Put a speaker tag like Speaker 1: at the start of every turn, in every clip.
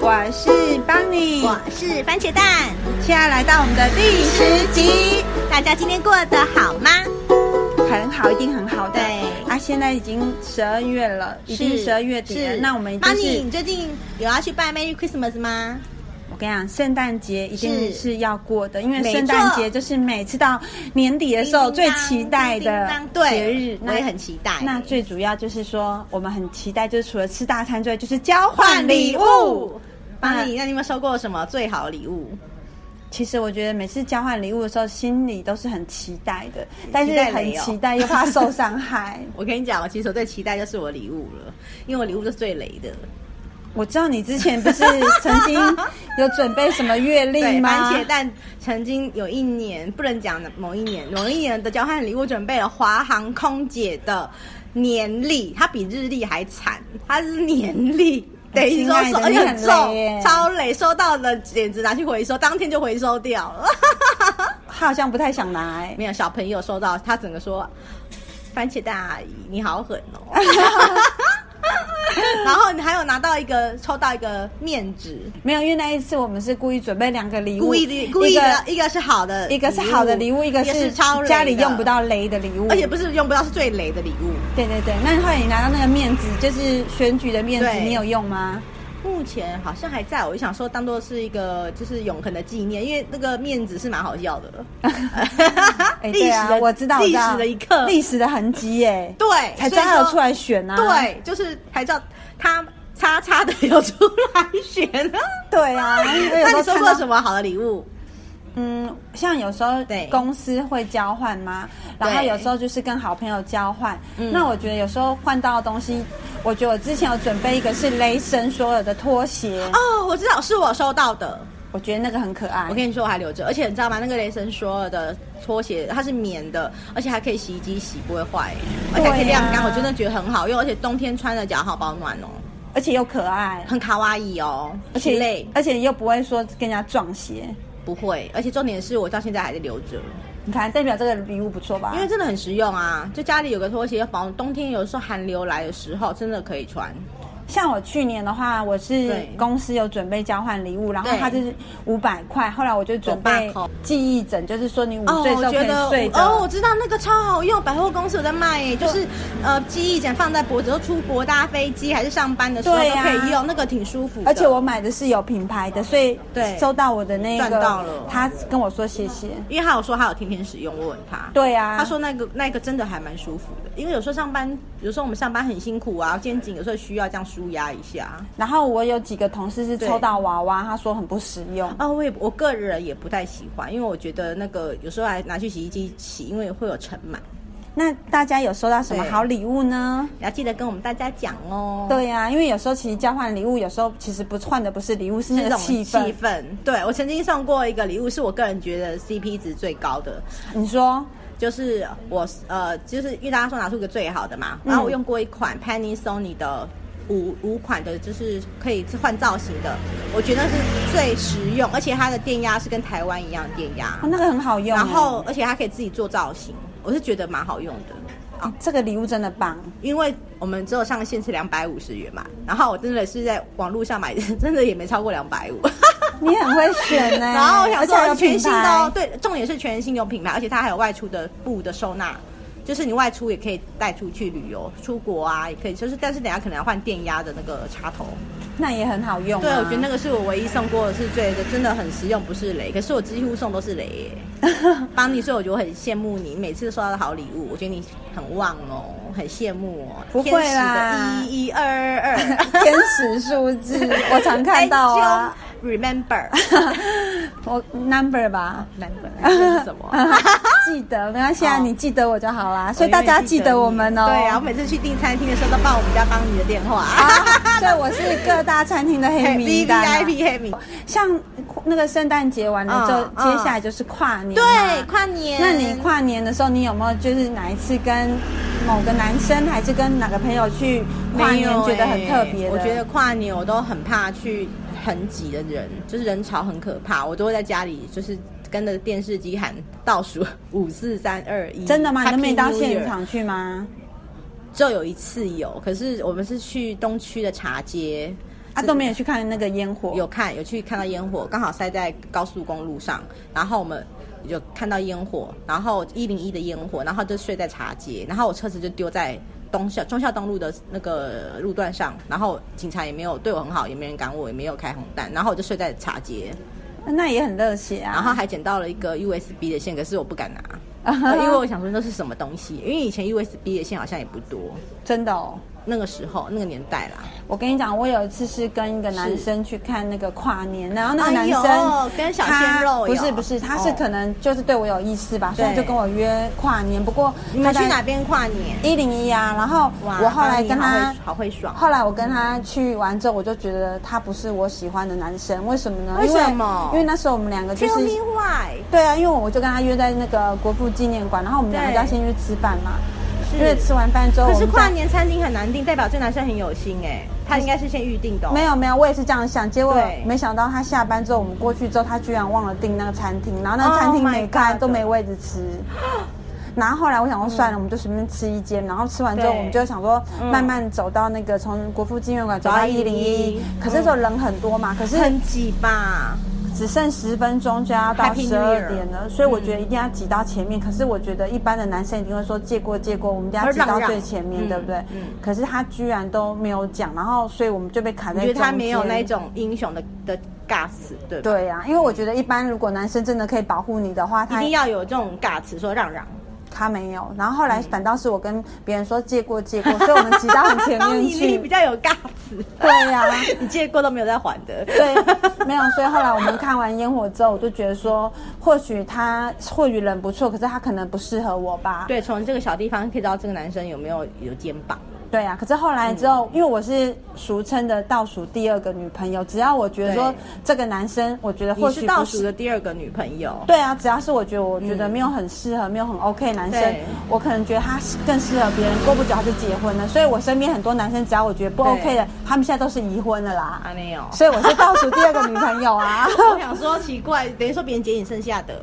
Speaker 1: 我是邦尼，
Speaker 2: 我是番茄蛋。
Speaker 1: 现在来到我们的第十集，
Speaker 2: 大家今天过得好吗？
Speaker 1: 很好，一定很好的。
Speaker 2: 对
Speaker 1: 啊，现在已经十二月了，已经十二月底了，
Speaker 2: 是
Speaker 1: 那我们一定
Speaker 2: 邦尼，
Speaker 1: 是
Speaker 2: 你最近有要去拜 Merry Christmas 吗？
Speaker 1: 我跟你讲，圣诞节一定
Speaker 2: 是
Speaker 1: 是要过的，因为
Speaker 2: 没
Speaker 1: 圣诞
Speaker 2: 错
Speaker 1: 节就是每次到年底的时候
Speaker 2: 叮
Speaker 1: 最
Speaker 2: 当
Speaker 1: 期待的
Speaker 2: 叮当
Speaker 1: 节
Speaker 2: 对
Speaker 1: 日，，
Speaker 2: 我也很期待。
Speaker 1: 那最主要就是说，我们很期待，就是除了吃大餐之外，就是交换
Speaker 2: 换
Speaker 1: 礼
Speaker 2: 礼
Speaker 1: 物
Speaker 2: 物。。邦尼，那你有没有收过什么最好的礼物？
Speaker 1: 其实我觉得每次交换礼物的时候，心里都是很期待的，但是
Speaker 2: 期待
Speaker 1: 很
Speaker 2: 没有
Speaker 1: 期待又怕受伤 害。
Speaker 2: 我跟你讲，我其实我最期待就是我礼物了，因为我礼物是最雷的。
Speaker 1: 我知道你之前不是曾经有准备什么月历
Speaker 2: 对，啊
Speaker 1: 吗
Speaker 2: 番？茄蛋曾经有一年，不能讲某一年，某一年的交换礼物准备了华航空姐的年历，它比日历还惨，它是年 历。等于
Speaker 1: 亲
Speaker 2: 说
Speaker 1: 爱的
Speaker 2: 收，而
Speaker 1: 你
Speaker 2: 且
Speaker 1: 很
Speaker 2: 很
Speaker 1: 累耶
Speaker 2: 重，超累，收到的简直拿去回收，当天就回收掉了。
Speaker 1: 他好像不太想欸来。
Speaker 2: 没有小朋友收到，他整个说：“番茄蛋阿姨，你好狠哦。” 然后你还有拿到一个抽到一个面纸，
Speaker 1: 没有，因为那一次我们是故意准备两个礼物，
Speaker 2: 故意的，故意
Speaker 1: 一
Speaker 2: 的，
Speaker 1: 个
Speaker 2: 一个是好的，
Speaker 1: 一个是好的礼物，一个
Speaker 2: 是超雷
Speaker 1: 家里
Speaker 2: 的
Speaker 1: 用不，到雷的礼物，
Speaker 2: 而且不是用不到，是最雷的礼物。
Speaker 1: 对对对，那后来你拿到那个面子，就是选举的面子，
Speaker 2: 对
Speaker 1: 你有用 吗？
Speaker 2: 目前好像还在，我就想说当做是一个就是永恒的纪念，因为那个面子是蛮好笑的，
Speaker 1: 哎，
Speaker 2: 历
Speaker 1: 对
Speaker 2: 史
Speaker 1: 啊，
Speaker 2: 的
Speaker 1: 我知道，我知
Speaker 2: 历
Speaker 1: 道
Speaker 2: 史的一刻，
Speaker 1: 历史的痕迹耶，
Speaker 2: 对，
Speaker 1: 才
Speaker 2: 所以
Speaker 1: 抓
Speaker 2: 说
Speaker 1: 得出来选啊，
Speaker 2: 对，就是还叫他叉叉的有出来选。
Speaker 1: 对啊，
Speaker 2: 那你收过什
Speaker 1: 么？
Speaker 2: 么好的礼物？
Speaker 1: 嗯，像有时候
Speaker 2: 对
Speaker 1: 公司会交换吗？然后
Speaker 2: 对
Speaker 1: 有时候就是跟好朋友交换。
Speaker 2: 嗯
Speaker 1: 那我觉得有时候换到的东西，我觉得我之前有准备一个是雷神所有的拖鞋，
Speaker 2: 哦，我知道，是我收到的。
Speaker 1: 我觉得那个很可爱
Speaker 2: 我。跟你说，我还留着，而且你知道吗？那个雷神索尔的拖鞋，它是棉的，而且还可以洗衣机洗，不会坏，而且还可以
Speaker 1: 对啊
Speaker 2: 晾干，我真的觉得很好用，而且冬天穿着脚好保暖哦，
Speaker 1: 而且又可爱，
Speaker 2: 很卡哇伊哦，
Speaker 1: 而
Speaker 2: 不
Speaker 1: 且
Speaker 2: 累
Speaker 1: 而且又不会说跟人家撞鞋。
Speaker 2: 不会，而且重点是我到现在还在留着，
Speaker 1: 你看，代表这个礼物不错吧？
Speaker 2: 因为真的很实用啊。就家里有个拖鞋，防冬天有时候寒流来的时候，真的可以穿。
Speaker 1: 像我去年的话，我是
Speaker 2: 对
Speaker 1: 公司有准备交换礼物，然后
Speaker 2: 对
Speaker 1: 它就是五百块，后来我就准
Speaker 2: 我
Speaker 1: 备
Speaker 2: 爸扣
Speaker 1: 记忆枕，就是说你五
Speaker 2: 哦，
Speaker 1: 岁
Speaker 2: 我
Speaker 1: 时候可
Speaker 2: 觉
Speaker 1: 嗯以
Speaker 2: 得
Speaker 1: 睡着。
Speaker 2: 哦，我知道那个超好用，百货公司有在卖耶，就是呃记忆枕放在脖子，就出国搭飞机还是上班的时候
Speaker 1: 对
Speaker 2: 都
Speaker 1: 啊
Speaker 2: 可以用，那个挺舒服的。
Speaker 1: 而且我买的是有品牌的，所以
Speaker 2: 对
Speaker 1: 收到我的那个，
Speaker 2: 赚到了
Speaker 1: 他跟我说谢谢。
Speaker 2: 因为他有说他有天天使用，我问他，
Speaker 1: 对啊，
Speaker 2: 他说那个那个真的还蛮舒服的，因为有时候上班，有时候我们上班很辛苦啊，肩颈有时候需要这样舒压一下。
Speaker 1: 然后我有几个同事是
Speaker 2: 对
Speaker 1: 抽到娃娃，他说很不实用。
Speaker 2: 啊、我也我个人也不太喜欢，因为我觉得那个有时候还拿去洗衣机洗，因为会有尘螨。
Speaker 1: 那大家有收到什么
Speaker 2: 对
Speaker 1: 好礼物呢？
Speaker 2: 你要记得跟我们大家讲哦。
Speaker 1: 对呀、因为有时候其实交换礼物，有时候其实不换的不是礼物，是那
Speaker 2: 那
Speaker 1: 个
Speaker 2: 种
Speaker 1: 气
Speaker 2: 气
Speaker 1: 氛。
Speaker 2: 氛，对我曾经送过一个礼物，是我个人觉得 CP 值最高的，
Speaker 1: 你说
Speaker 2: 就是我呃，就是因为大家说拿出一个最好的嘛，然后我用过一款 Panasonic 的五五款的，就是可以换造型的，我觉得是最实用，而且它的电压是跟台湾一样的电压
Speaker 1: 哦，，那个很好用欸。
Speaker 2: 然后而且它可以自己做造型，我是觉得蛮好用的。
Speaker 1: 啊这个礼物真的棒。
Speaker 2: 因为我们只有上限是两百五十元嘛，然后我真的是在网络上买 的，真的也没超过两百五。
Speaker 1: 你很会选呢、
Speaker 2: 然后我想
Speaker 1: 而且还有
Speaker 2: 说
Speaker 1: 品
Speaker 2: 全新的
Speaker 1: 牌，，
Speaker 2: 哦对，重点是全新有品牌，而且它还有外出的布的收纳，就是你外出也可以带出去旅游，出国啊也可以，就是但是等一下可能要换电压的那个插头。
Speaker 1: 那也很好用、啊。
Speaker 2: 对，我觉得那个是我唯一送过的是最的，真的很实用，不是雷。可是我几乎送都是雷耶。 帮你，所以我觉得我很羡慕你，每次收到的好礼物，我觉得你很旺哦，很羡慕哦。
Speaker 1: 不会啦
Speaker 2: 天使的一一二 二二，
Speaker 1: 天使数 字，我常看到啊。
Speaker 2: Thank you, Remember
Speaker 1: 我 number 吧，
Speaker 2: number 是什么？ 啊
Speaker 1: 记得没关系啊，
Speaker 2: 哦
Speaker 1: 你记得我就好 啦。所以大家记得我们哦。
Speaker 2: 对啊，我每次去订餐厅的时候都报我们家帮你的电 话。
Speaker 1: 啊，所以我是各大餐厅的黑
Speaker 2: V
Speaker 1: 名
Speaker 2: V
Speaker 1: 单 啊、
Speaker 2: I P 黑米，
Speaker 1: 像那个圣诞节完了之后，
Speaker 2: 嗯嗯
Speaker 1: 接下来就是跨年嘛。
Speaker 2: 对，跨年。
Speaker 1: 那你跨年的时候，你有没有就是哪一次跟某个男生，还是跟哪个朋友去跨
Speaker 2: 没
Speaker 1: 年
Speaker 2: 有
Speaker 1: 觉得很
Speaker 2: 欸
Speaker 1: 特别的？
Speaker 2: 我觉得跨年我都很怕去很挤的人，就是人潮很可怕，我都会在家里就是跟着电视机喊倒数五四三二一。
Speaker 1: 真的吗？你都没
Speaker 2: Happy
Speaker 1: 到
Speaker 2: New
Speaker 1: 现
Speaker 2: Year
Speaker 1: 场去吗？
Speaker 2: 就有一次有，可是我们是去东区的茶街，
Speaker 1: 啊，
Speaker 2: 是
Speaker 1: 豆妹也去看那个烟火，嗯
Speaker 2: 有看有去看到烟火，刚好塞在高速公路上，然后我们就看到烟火，然后一零一的烟火，然后就睡在茶街，然后我车子就丢在东校忠孝东路的那个路段上，然后警察也没有对我很好，也没人赶我，也没有开红灯，然后我就睡在茶街，
Speaker 1: 那也很热血啊。
Speaker 2: 然后还捡到了一个 USB 的线，可是我不敢拿，呃因为我想说那是什么东西，因为以前 USB 的线好像也不多，
Speaker 1: 真的哦，
Speaker 2: 那个时候那个年代啦，
Speaker 1: 我跟你讲，我有一次是跟一个男生去看那个跨年，然后那个男
Speaker 2: 哎
Speaker 1: 生
Speaker 2: 呦跟小
Speaker 1: 他
Speaker 2: 鲜肉有
Speaker 1: 不是不是，他是
Speaker 2: 哦
Speaker 1: 可能就是对我有意思吧，所以他就
Speaker 2: 对
Speaker 1: 跟我约跨年。不过
Speaker 2: 你们去哪边跨年？
Speaker 1: 一零一啊，然后我后来跟
Speaker 2: 你
Speaker 1: 他
Speaker 2: 好会好会爽哦。
Speaker 1: 后来我跟他去完之后，我就觉得他不是我喜欢的男生，为什么呢？
Speaker 2: 为
Speaker 1: 因为
Speaker 2: 什么
Speaker 1: 因为那时候我们两个就是
Speaker 2: Tell me why。
Speaker 1: 对啊，因为我就跟他约在那个国父纪念馆，然后我们两个
Speaker 2: 对
Speaker 1: 就要先去吃饭嘛。
Speaker 2: 是
Speaker 1: 因为吃完饭之后，
Speaker 2: 可是
Speaker 1: 哦我们
Speaker 2: 跨
Speaker 1: 在
Speaker 2: 年餐厅很难订，代表这男生很有心哎、他应该是先预定的、哦。
Speaker 1: 没有没有，我也是这样想，结果
Speaker 2: 对
Speaker 1: 没想到他下班之后，我们过去之后，他居然忘了订那个餐厅，然后那个
Speaker 2: Oh
Speaker 1: 餐厅
Speaker 2: my
Speaker 1: 没开
Speaker 2: God 嗯
Speaker 1: 都没位置 吃。然后后来我想说算了，我们就随便吃一间，然后吃完之后
Speaker 2: 对
Speaker 1: 我们就想说
Speaker 2: 嗯
Speaker 1: 慢慢走到那个从国父纪念馆走到
Speaker 2: 走到
Speaker 1: 一零一
Speaker 2: 101，
Speaker 1: 可是那时候人很多嘛，
Speaker 2: 嗯
Speaker 1: 可是
Speaker 2: 很挤吧？
Speaker 1: 只剩十分钟就要到
Speaker 2: Happy
Speaker 1: 十
Speaker 2: New
Speaker 1: 二
Speaker 2: Year 嗯
Speaker 1: 点了，所以我觉得一定要挤到前面。可是我觉得一般的男生一定会说借过借过，我们一定要挤到
Speaker 2: 而让让
Speaker 1: 最前面，
Speaker 2: 嗯
Speaker 1: 对不对？
Speaker 2: 嗯
Speaker 1: 可是他居然都没有讲，然后所以我们就被卡
Speaker 2: 我
Speaker 1: 在
Speaker 2: 觉
Speaker 1: 中
Speaker 2: 得
Speaker 1: 间。
Speaker 2: 他没有那种英雄的的 guts，对吧？
Speaker 1: 对呀、因为我觉得一般如果男生真的可以保护你的话，
Speaker 2: 一
Speaker 1: 他
Speaker 2: 定要有这种 guts，说让让。
Speaker 1: 他没有。然后后
Speaker 2: 嗯
Speaker 1: 来反倒是我跟别人说借过借 过，所以我们挤到很前面
Speaker 2: 你你比
Speaker 1: 去。
Speaker 2: 较有 guts，
Speaker 1: 对呀、
Speaker 2: 你借过都没有在还的。
Speaker 1: 对，没有。所以后来我们看完烟火之后，我就觉得说，或许他或许人不错，可是他可能不适合我吧。
Speaker 2: 对，从这个小地方可以知道这个男生有没有有肩膀。
Speaker 1: 对啊，可是后来之
Speaker 2: 嗯
Speaker 1: 后，因为我是俗称的倒数第二个女朋友，只要我觉得说
Speaker 2: 对
Speaker 1: 这个男生，我觉得
Speaker 2: 你
Speaker 1: 或许
Speaker 2: 是
Speaker 1: 不
Speaker 2: 倒数的第二个女朋友。
Speaker 1: 对啊，只要是我觉得我觉得没有很适合，没有很 OK 的男生
Speaker 2: 对，
Speaker 1: 我可能觉得他更适合别人，过不久他就结婚了。所以我身边很多男生，只要我觉得不
Speaker 2: 对
Speaker 1: OK 的，他们现在都是已婚的啦。
Speaker 2: 啊，没有。
Speaker 1: 所以我是倒数第二个女朋友 啊。
Speaker 2: 我想说奇怪，等于说别人捡你剩下的。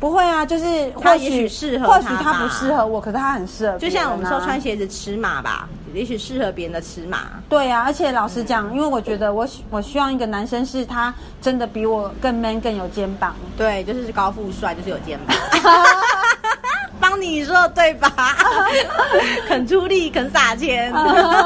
Speaker 1: 不会啊，就是
Speaker 2: 他
Speaker 1: 或
Speaker 2: 也
Speaker 1: 许
Speaker 2: 许适合
Speaker 1: 或许
Speaker 2: 他
Speaker 1: 他
Speaker 2: 吧
Speaker 1: 不适合我，可是他很适合别
Speaker 2: 就
Speaker 1: 人啊、
Speaker 2: 像我们说穿鞋子尺码吧，也许适合别人的尺码。
Speaker 1: 对啊，而且老实讲，因为我觉得我喜我希望一个男生是他真的比我更 man 更有肩膀。
Speaker 2: 对，就是高富帅，就是有肩膀。 帮你说对吧？ 肯出力，肯撒钱。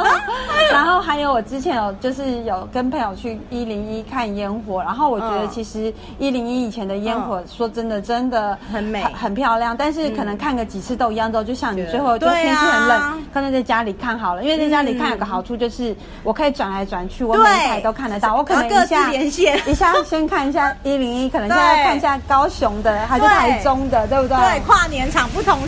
Speaker 1: 然后还有我之前有就是有跟朋友去一零一看烟火，然后我觉得
Speaker 2: 嗯
Speaker 1: 其实一零一以前的烟火，说真的真的
Speaker 2: 很美
Speaker 1: 嗯很漂亮，但是可能看个几次都一样之后，就像你
Speaker 2: 对
Speaker 1: 最后就天气很
Speaker 2: 对啊
Speaker 1: 冷，干脆在家里看好了，因为在家里看有个好处就是我可以转来转去，我每一台
Speaker 2: 对
Speaker 1: 都看得到，我可能
Speaker 2: 然后各
Speaker 1: 一下
Speaker 2: 自连线
Speaker 1: 一下先看一 下一零一，可能现
Speaker 2: 对
Speaker 1: 在看一下高雄的还是
Speaker 2: 对
Speaker 1: 台中的，对不对？
Speaker 2: 对，跨年场不同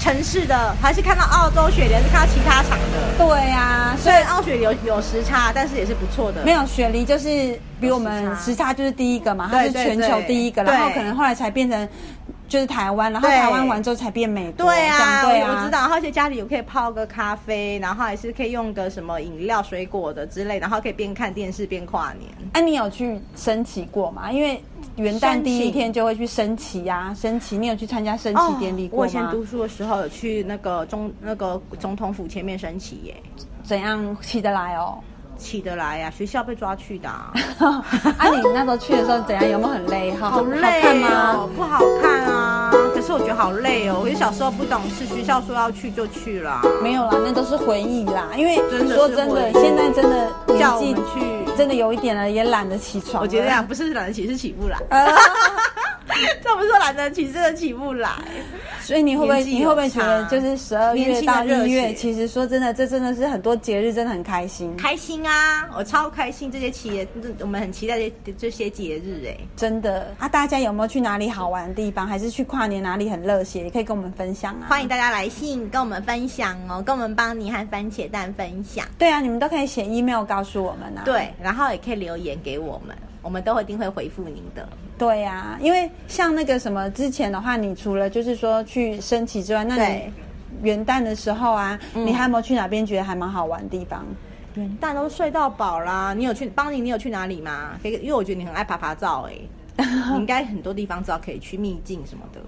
Speaker 2: 城市的，还是看到澳洲雪梨，还是看到其他场的。
Speaker 1: 对啊呀，
Speaker 2: 虽然澳雪有有时差，但是也是不错的。
Speaker 1: 没有，雪梨就是比我们
Speaker 2: 哦有时差
Speaker 1: 时差就是第一个嘛，它
Speaker 2: 对
Speaker 1: 是全球第一个，
Speaker 2: 对对
Speaker 1: 然后可能后来才变成就是台湾，然后
Speaker 2: 对
Speaker 1: 台湾完之后才变美国，
Speaker 2: 对
Speaker 1: 这样
Speaker 2: 啊，
Speaker 1: 对
Speaker 2: 我
Speaker 1: 啊，
Speaker 2: 我知。道，而且家里有可以泡个咖啡，然后还是可以用个什么饮料、水果的之类，然后可以边看电视边跨年。
Speaker 1: 哎、你有去升旗过吗？因为元旦第一天就会去升旗呀、啊，升旗，你有去参加升旗典礼
Speaker 2: 哦我
Speaker 1: 过
Speaker 2: 以前
Speaker 1: 吗？
Speaker 2: 读书的时候有去那个中那个总统府前面升旗耶，
Speaker 1: 怎样起得来哦？
Speaker 2: 起得来呀、学校被抓去的、啊，
Speaker 1: 啊，你那时候去的时候怎样？有没有很累？好
Speaker 2: 好累
Speaker 1: 好看吗
Speaker 2: 哦？，不好看啊。可是我觉得好累哦，我就小时候不懂事，学校说要去就去啊啦。
Speaker 1: 没有啦，那都是回忆啦。因为
Speaker 2: 真的是
Speaker 1: 说真
Speaker 2: 回
Speaker 1: 的，
Speaker 2: 忆
Speaker 1: 现在真的年
Speaker 2: 叫我们
Speaker 1: 纪
Speaker 2: 去，
Speaker 1: 真的有一点了，也懒得起床了。
Speaker 2: 我觉得啊，不是懒得起，是起不来。
Speaker 1: 啊
Speaker 2: 这不是说懒得起，真的起不来。
Speaker 1: 所以你会不会
Speaker 2: 年纪有
Speaker 1: 你会不会觉得
Speaker 2: 差
Speaker 1: 就是十二
Speaker 2: 年
Speaker 1: 月
Speaker 2: 轻的
Speaker 1: 到
Speaker 2: 热
Speaker 1: 一月，
Speaker 2: 血
Speaker 1: 其实说真的，这真的是很多节日真的很开心，
Speaker 2: 开心啊！我超开心，这些节，我们很期待这这些节日哎。
Speaker 1: 真的啊！大家有没有去哪里好玩的地方，还是去跨年哪里很热血，也可以跟我们分享啊。
Speaker 2: 欢迎大家来信跟我们分享哦，跟我们邦尼和番茄蛋分享。
Speaker 1: 对啊，你们都可以写 email 告诉我们啊。
Speaker 2: 对，然后也可以留言给我们，我们都一定会回复您的。
Speaker 1: 对呀、啊，因为像那个什么之前的话，你除了就是说去升旗之外，那你
Speaker 2: 对
Speaker 1: 元旦的时候啊，
Speaker 2: 嗯
Speaker 1: 你还有没有去哪边觉得还蛮好玩的地方？
Speaker 2: 元旦都睡到饱啦，你有去邦尼？你有去哪里吗？可以，欸 因为我觉得你很爱爬爬照哎、你应该很多地方知道可以去秘境什么的。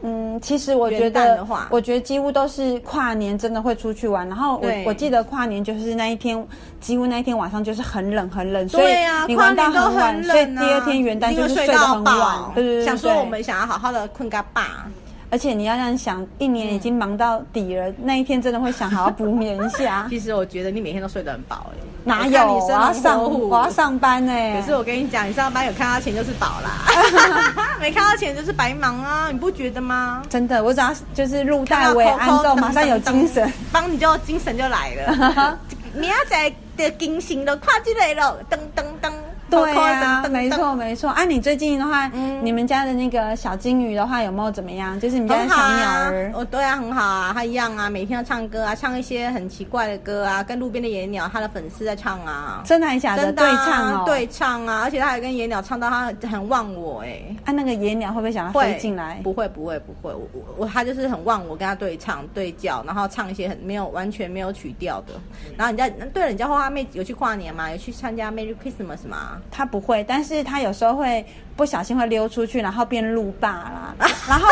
Speaker 1: 嗯，其实我觉
Speaker 2: 元旦
Speaker 1: 得
Speaker 2: 的话，
Speaker 1: 我觉得几乎都是跨年真的会出去玩。然后我
Speaker 2: 对
Speaker 1: 我记得跨年就是那一天，几乎那一天晚上就是很冷很冷，所以
Speaker 2: 对啊，
Speaker 1: 你
Speaker 2: 跨
Speaker 1: 玩到
Speaker 2: 年都
Speaker 1: 很晚，
Speaker 2: 冷啊，
Speaker 1: 所以第二天元旦就是
Speaker 2: 一定
Speaker 1: 睡
Speaker 2: 会睡
Speaker 1: 得
Speaker 2: 到
Speaker 1: 很晚
Speaker 2: 饱。。
Speaker 1: 对对对对，啊
Speaker 2: 想说我们想要好好的困个爸。
Speaker 1: 而且你要让想，一年已经忙到底了，那一天真的会想好好补眠一 下。
Speaker 2: 其实我觉得你每天都睡得很饱哎、欸，
Speaker 1: 哪
Speaker 2: 我
Speaker 1: 有？
Speaker 2: 看你
Speaker 1: 我
Speaker 2: 生
Speaker 1: 要
Speaker 2: 龙
Speaker 1: 上
Speaker 2: 活虎
Speaker 1: 我要上班欸呢、
Speaker 2: 可是我跟你讲，你上班有看到钱就是宝 啦，没看到钱就是白忙啊，你不觉得吗？
Speaker 1: 真的，我只要就是入
Speaker 2: 看
Speaker 1: 袋
Speaker 2: 到
Speaker 1: 为
Speaker 2: Coco
Speaker 1: 安之后，
Speaker 2: 噔
Speaker 1: 马上有
Speaker 2: 噔噔
Speaker 1: 精神。
Speaker 2: 帮你就精神就来 了。明仔的精神都跨进来了，噔噔噔，
Speaker 1: 对
Speaker 2: 呀、
Speaker 1: 啊，没错没错。啊，你最近的话，
Speaker 2: 嗯
Speaker 1: 你们家的那个小金鱼的话有没有怎么样？就是你们家
Speaker 2: 很
Speaker 1: 的小
Speaker 2: 好
Speaker 1: 鸟
Speaker 2: 啊
Speaker 1: 儿，，
Speaker 2: 哦，对啊，很好啊，他一样啊，每天要唱歌啊，唱一些很奇怪的歌啊，跟路边的野鸟，他的粉丝在唱啊，
Speaker 1: 真的还假的？
Speaker 2: 真的
Speaker 1: 对
Speaker 2: 啊
Speaker 1: 唱哦，
Speaker 2: 对唱啊，而且他还跟野鸟唱到他很很忘我哎、欸。
Speaker 1: 啊，那个野鸟会不会想要
Speaker 2: 会
Speaker 1: 飞进来？
Speaker 2: 不会不会不会，我我我他就是很忘我，跟他对唱对叫，然后唱一些很没有完全没有曲调的。
Speaker 1: 嗯
Speaker 2: 然后人家对了，人家花花妹有去跨年吗？有去参加 Merry Christmas 吗？
Speaker 1: 它不会，但是它有时候会不小心会溜出去，然后变路霸 啦。然后，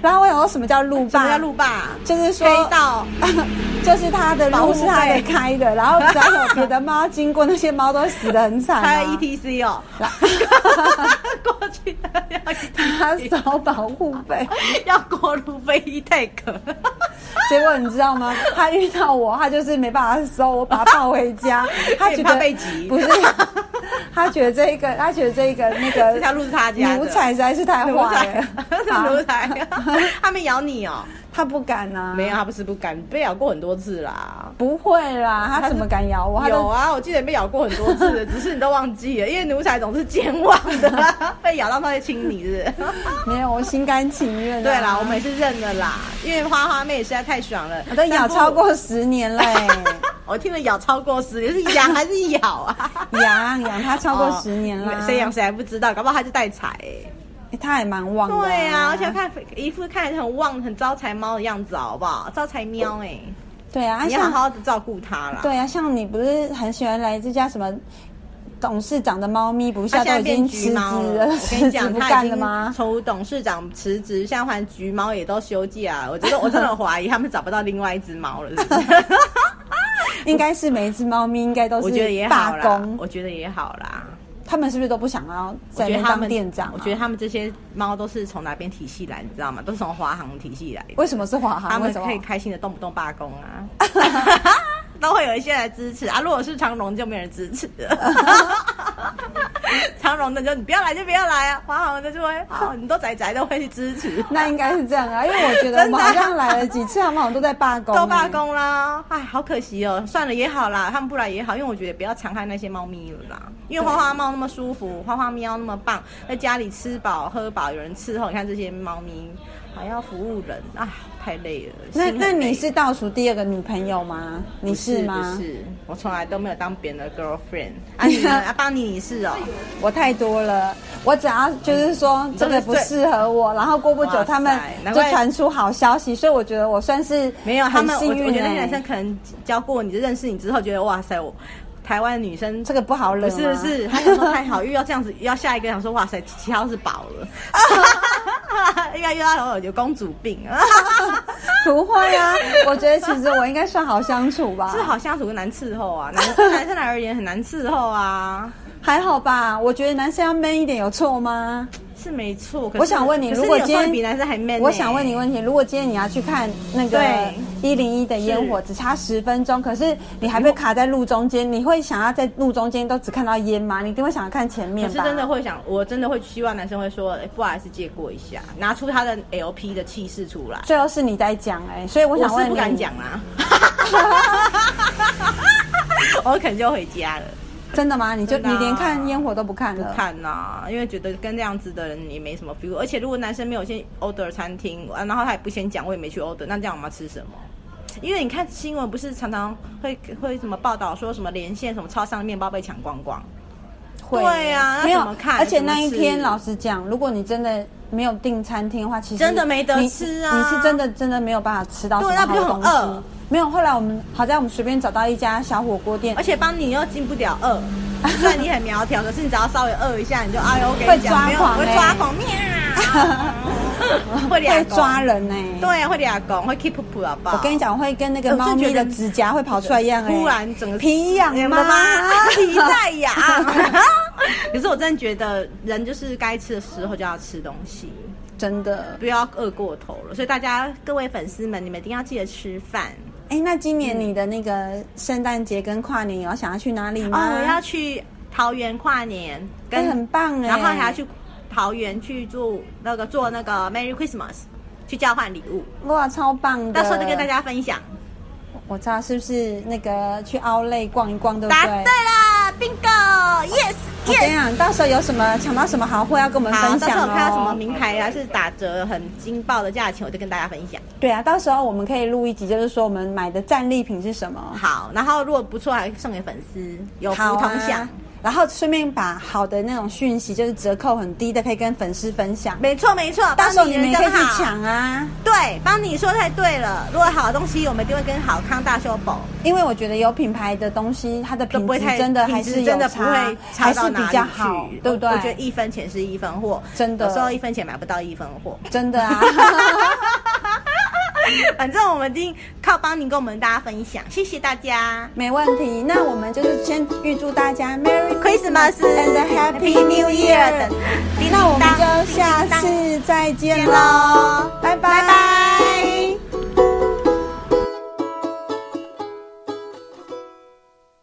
Speaker 1: 然后我想说什么叫路
Speaker 2: 什么
Speaker 1: 霸
Speaker 2: 叫？路霸？
Speaker 1: 就是
Speaker 2: 黑
Speaker 1: 说，
Speaker 2: 道
Speaker 1: 就是它的路是它的开的，然后只要有别的猫经过，那些猫都死得很惨、啊。
Speaker 2: 还有 ETC 哦，过去的要
Speaker 1: 它收保护费。
Speaker 2: 要过路飞 ETC，。
Speaker 1: 结果你知道吗？他遇到我，他就是没办法收，我把他抱回家 他觉
Speaker 2: 怕
Speaker 1: 得
Speaker 2: 被挤
Speaker 1: 不是，他觉得这一个，他觉得这一个那
Speaker 2: 这条
Speaker 1: 个
Speaker 2: 路是他家的。
Speaker 1: 奴才实在是太
Speaker 2: 奴
Speaker 1: 坏
Speaker 2: 才，
Speaker 1: 了，
Speaker 2: 奴才， 他们咬你哦？
Speaker 1: 他不敢啊，
Speaker 2: 没有，他不是不敢，被咬过很多次啦。
Speaker 1: 不会啦，他怎么敢咬我？他
Speaker 2: 有
Speaker 1: 都
Speaker 2: 啊，我记得你被咬过很多次，只是你都忘记了，因 为奴才总是健忘的 啊、被咬到它会亲 你是不是
Speaker 1: 没有，我心甘情愿啊。
Speaker 2: 对啦，我们也是认了啦，因为花花妹实在太 爽了，
Speaker 1: 我都咬
Speaker 2: 但不
Speaker 1: 超，过十年嘞，
Speaker 2: 我听了咬超过十年，是痒还是咬啊？
Speaker 1: 养养它 超过十年啦，
Speaker 2: 哦谁养谁还不知道，搞不好他就带财、欸。
Speaker 1: 欸它还蛮旺的。
Speaker 2: 对啊，而且看一副看起来很旺、很招财猫的样子，好不好？招财喵哎、
Speaker 1: 对啊，
Speaker 2: 你要好
Speaker 1: 像
Speaker 2: 好的照顾它啦。
Speaker 1: 对啊，像你不是很喜欢来这家什么董事长的猫咪，不是
Speaker 2: 他
Speaker 1: 现在都
Speaker 2: 啊现在
Speaker 1: 已经
Speaker 2: 变
Speaker 1: 辞
Speaker 2: 橘
Speaker 1: 职
Speaker 2: 猫了，
Speaker 1: 了，
Speaker 2: 我跟你
Speaker 1: 辞职
Speaker 2: 讲，
Speaker 1: 不
Speaker 2: 他
Speaker 1: 干
Speaker 2: 已
Speaker 1: 了
Speaker 2: 经
Speaker 1: 吗？
Speaker 2: 从董事长辞职，现在换橘猫也都休假了。我觉 得我真的怀疑他们找不到另外一只猫了是不是
Speaker 1: 应该是每一只猫咪应该都
Speaker 2: 我觉得也
Speaker 1: 是
Speaker 2: 好
Speaker 1: 罢
Speaker 2: 啦，
Speaker 1: 工，
Speaker 2: 我觉得也好啦。
Speaker 1: 他们是不是都不想要
Speaker 2: 我
Speaker 1: 在
Speaker 2: 觉
Speaker 1: 那
Speaker 2: 得
Speaker 1: 边
Speaker 2: 他
Speaker 1: 当
Speaker 2: 们
Speaker 1: 店长、啊？
Speaker 2: 我觉得他们这些猫都是从哪边体系来，你知道吗？都是从华航体系来的。
Speaker 1: 为什么是华
Speaker 2: 他
Speaker 1: 航？为
Speaker 2: 们
Speaker 1: 什么
Speaker 2: 可以开心的动不动罢工 啊，都会有一些来支持啊。如果是长荣就没人支持了。 长荣的就你不要来就不要来啊，华航的就会好，你都宅宅都会去支持。
Speaker 1: 那应该是这样 啊，因为我觉得我
Speaker 2: 真的
Speaker 1: 们
Speaker 2: 啊
Speaker 1: 好像来了几次，他们好像都在罢工、欸
Speaker 2: 都罢。工啦，哎，好可惜哦。算了，也好啦，他们不来也好，因为我觉得不要残害那些猫咪了啦。因为花花猫那么舒服，花花喵那么棒，在家里吃饱喝饱，有人伺候。你看这些猫咪还要服务人，哎，太累了。
Speaker 1: 那
Speaker 2: 心很
Speaker 1: 那
Speaker 2: 累
Speaker 1: 你是倒数第二个女朋友吗？你
Speaker 2: 不是
Speaker 1: 吗？
Speaker 2: 不是，我从来都没有当别人的 girlfriend。啊你呢？啊，邦尼你是
Speaker 1: 哎
Speaker 2: 哦。
Speaker 1: 我太多了，我只要就是说真的不适合我，然后过不久
Speaker 2: 嗯哇塞
Speaker 1: 他们
Speaker 2: 难
Speaker 1: 就
Speaker 2: 怪
Speaker 1: 传出好消息，所以我觉得我算是
Speaker 2: 没有，他
Speaker 1: 很
Speaker 2: 们我
Speaker 1: 幸
Speaker 2: 我
Speaker 1: 运
Speaker 2: 觉得
Speaker 1: 欸
Speaker 2: 那些男生可能教过你，就认识你之后，觉得哇塞，我台湾的女生
Speaker 1: 这个不好惹
Speaker 2: 不
Speaker 1: 吗，
Speaker 2: 是不是，他想说太好，遇到这样子，遇到下一个想说哇塞，其他都是饱 了，应该遇到有有公主 病啊，
Speaker 1: 不会啊，我觉得其实我应该算好相处吧，
Speaker 2: 是好相处跟难伺候啊，男对男生来而言很难伺候啊，
Speaker 1: 还好吧？我觉得男生要 man 一点有错吗？
Speaker 2: 是没错。可是
Speaker 1: 我想问你，
Speaker 2: 可是
Speaker 1: 如果
Speaker 2: 有
Speaker 1: 今
Speaker 2: 时候
Speaker 1: 天
Speaker 2: 比男生还 man，呢
Speaker 1: 我想问你问题，如果今天你要去看那个
Speaker 2: 哎对
Speaker 1: 一零一的烟火，只差十分钟，可是你还被卡在路中间，你会想要在路中间都只看到烟吗？你一定会想要看前面
Speaker 2: 可是
Speaker 1: 吧？
Speaker 2: 真的会想，我真的会希望男生会说，哎不好意思，借过一下，拿出他的 LP 的气势出来。
Speaker 1: 最后是你在讲哎、所以我
Speaker 2: 我
Speaker 1: 想问
Speaker 2: 是
Speaker 1: 你，
Speaker 2: 不 敢讲啊啦， 我可能就回家了。
Speaker 1: 真的吗？你就
Speaker 2: 真的啊
Speaker 1: 你连看烟火都不看了？
Speaker 2: 看呐、因为觉得跟这样子的人也没什么 feel，而且如果男生没有先 order 餐厅，啊然后他也不先讲，我也没去 order，那这样我们要吃什么？因为你看新闻不是常常会会什么报道说什么连线什么超商的面包被抢光光，
Speaker 1: 会
Speaker 2: 对啊那
Speaker 1: 没有
Speaker 2: 怎么看
Speaker 1: 而且那一
Speaker 2: 怎么
Speaker 1: 天，
Speaker 2: 吃
Speaker 1: 老实讲，如果你真的没有订餐厅的话，其实
Speaker 2: 真的没得
Speaker 1: 你
Speaker 2: 吃啊
Speaker 1: 你是真的真的没有办法吃到什
Speaker 2: 对
Speaker 1: 么
Speaker 2: 那不
Speaker 1: 好的
Speaker 2: 就很
Speaker 1: 东西
Speaker 2: 饿。
Speaker 1: 没有，后来我们好在我们随便找到一家小火锅店
Speaker 2: 而，且帮你又进不了饿，虽然你很啊苗条，可是你只要稍微饿一下，你就哎呦，我跟
Speaker 1: 会
Speaker 2: 你讲，
Speaker 1: 抓
Speaker 2: 没有
Speaker 1: 狂
Speaker 2: 会
Speaker 1: 欸
Speaker 2: 抓狂，喵。 会俩
Speaker 1: 会
Speaker 2: 拱
Speaker 1: 抓，人呢、
Speaker 2: 对，会俩拱，会 keep up 好不好？
Speaker 1: 我跟你讲，会跟那个
Speaker 2: 我真
Speaker 1: 猫咪
Speaker 2: 觉得
Speaker 1: 的指甲会跑出来一样、欸，
Speaker 2: 忽然整个
Speaker 1: 皮痒
Speaker 2: 哎
Speaker 1: 吗？
Speaker 2: 皮在痒。 可是我真的觉得，人就是该吃的时候就要吃东西，
Speaker 1: 真的。
Speaker 2: 不要饿过头了。所以大家各位粉丝们，你们一定要记得吃饭。
Speaker 1: 哎、那今
Speaker 2: 嗯
Speaker 1: 年你的那个圣诞节跟跨年有想要去哪里
Speaker 2: 哦
Speaker 1: 吗？，
Speaker 2: 我要去桃园跨年，
Speaker 1: 哎很棒哎
Speaker 2: 然后还要去桃园去做那个做那个 Merry Christmas，去交换礼物，
Speaker 1: 哇，超棒的！
Speaker 2: 到时候就跟大，家分享。
Speaker 1: 我知道是不是那个去奥莱逛一逛，对不
Speaker 2: 答
Speaker 1: 对
Speaker 2: 对？啦，Bingo，Yes
Speaker 1: 我跟
Speaker 2: Yes。
Speaker 1: 你讲，到时候有什么抢到什么好货要跟我们
Speaker 2: 好，
Speaker 1: 分
Speaker 2: 到时候
Speaker 1: 享
Speaker 2: 我看到什么
Speaker 1: 哦。
Speaker 2: 名牌啊，是打折很惊爆的价钱，我就跟大家分享。
Speaker 1: 对啊，到时候我们可以录一集，就是说我们买的战利品是什么，
Speaker 2: 好，然后如果不错，还送给粉丝，有福
Speaker 1: 好
Speaker 2: 同
Speaker 1: 啊
Speaker 2: 享。
Speaker 1: 然后顺便把好的那种讯息，就是折扣很低的，可以跟粉丝分享。
Speaker 2: 没错没错，
Speaker 1: 到时候你们
Speaker 2: 人
Speaker 1: 也可以
Speaker 2: 更
Speaker 1: 去
Speaker 2: 好。
Speaker 1: 抢啊，
Speaker 2: 对，帮你说太对了。如果好的东西，我们一定会跟好康大修补。
Speaker 1: 因为我觉得有品牌的东西，它的品
Speaker 2: 都不会
Speaker 1: 质
Speaker 2: 太
Speaker 1: 真的还
Speaker 2: 品质
Speaker 1: 是
Speaker 2: 真
Speaker 1: 有
Speaker 2: 的不
Speaker 1: 差
Speaker 2: 会，差
Speaker 1: 还
Speaker 2: 到
Speaker 1: 是
Speaker 2: 哪
Speaker 1: 比
Speaker 2: 里
Speaker 1: 较好
Speaker 2: 去，
Speaker 1: 对不对
Speaker 2: 我？我觉得一分钱是一分货，
Speaker 1: 真的
Speaker 2: 有时候一分钱买不到一分货。
Speaker 1: 真的啊。
Speaker 2: 反正我们一定靠帮你跟我们大家分享，谢谢大家。
Speaker 1: 没问题，那我们就是先预祝大家 Merry
Speaker 2: Christmas
Speaker 1: and a Happy New Year。那我们就下次再见喽。
Speaker 2: 喽。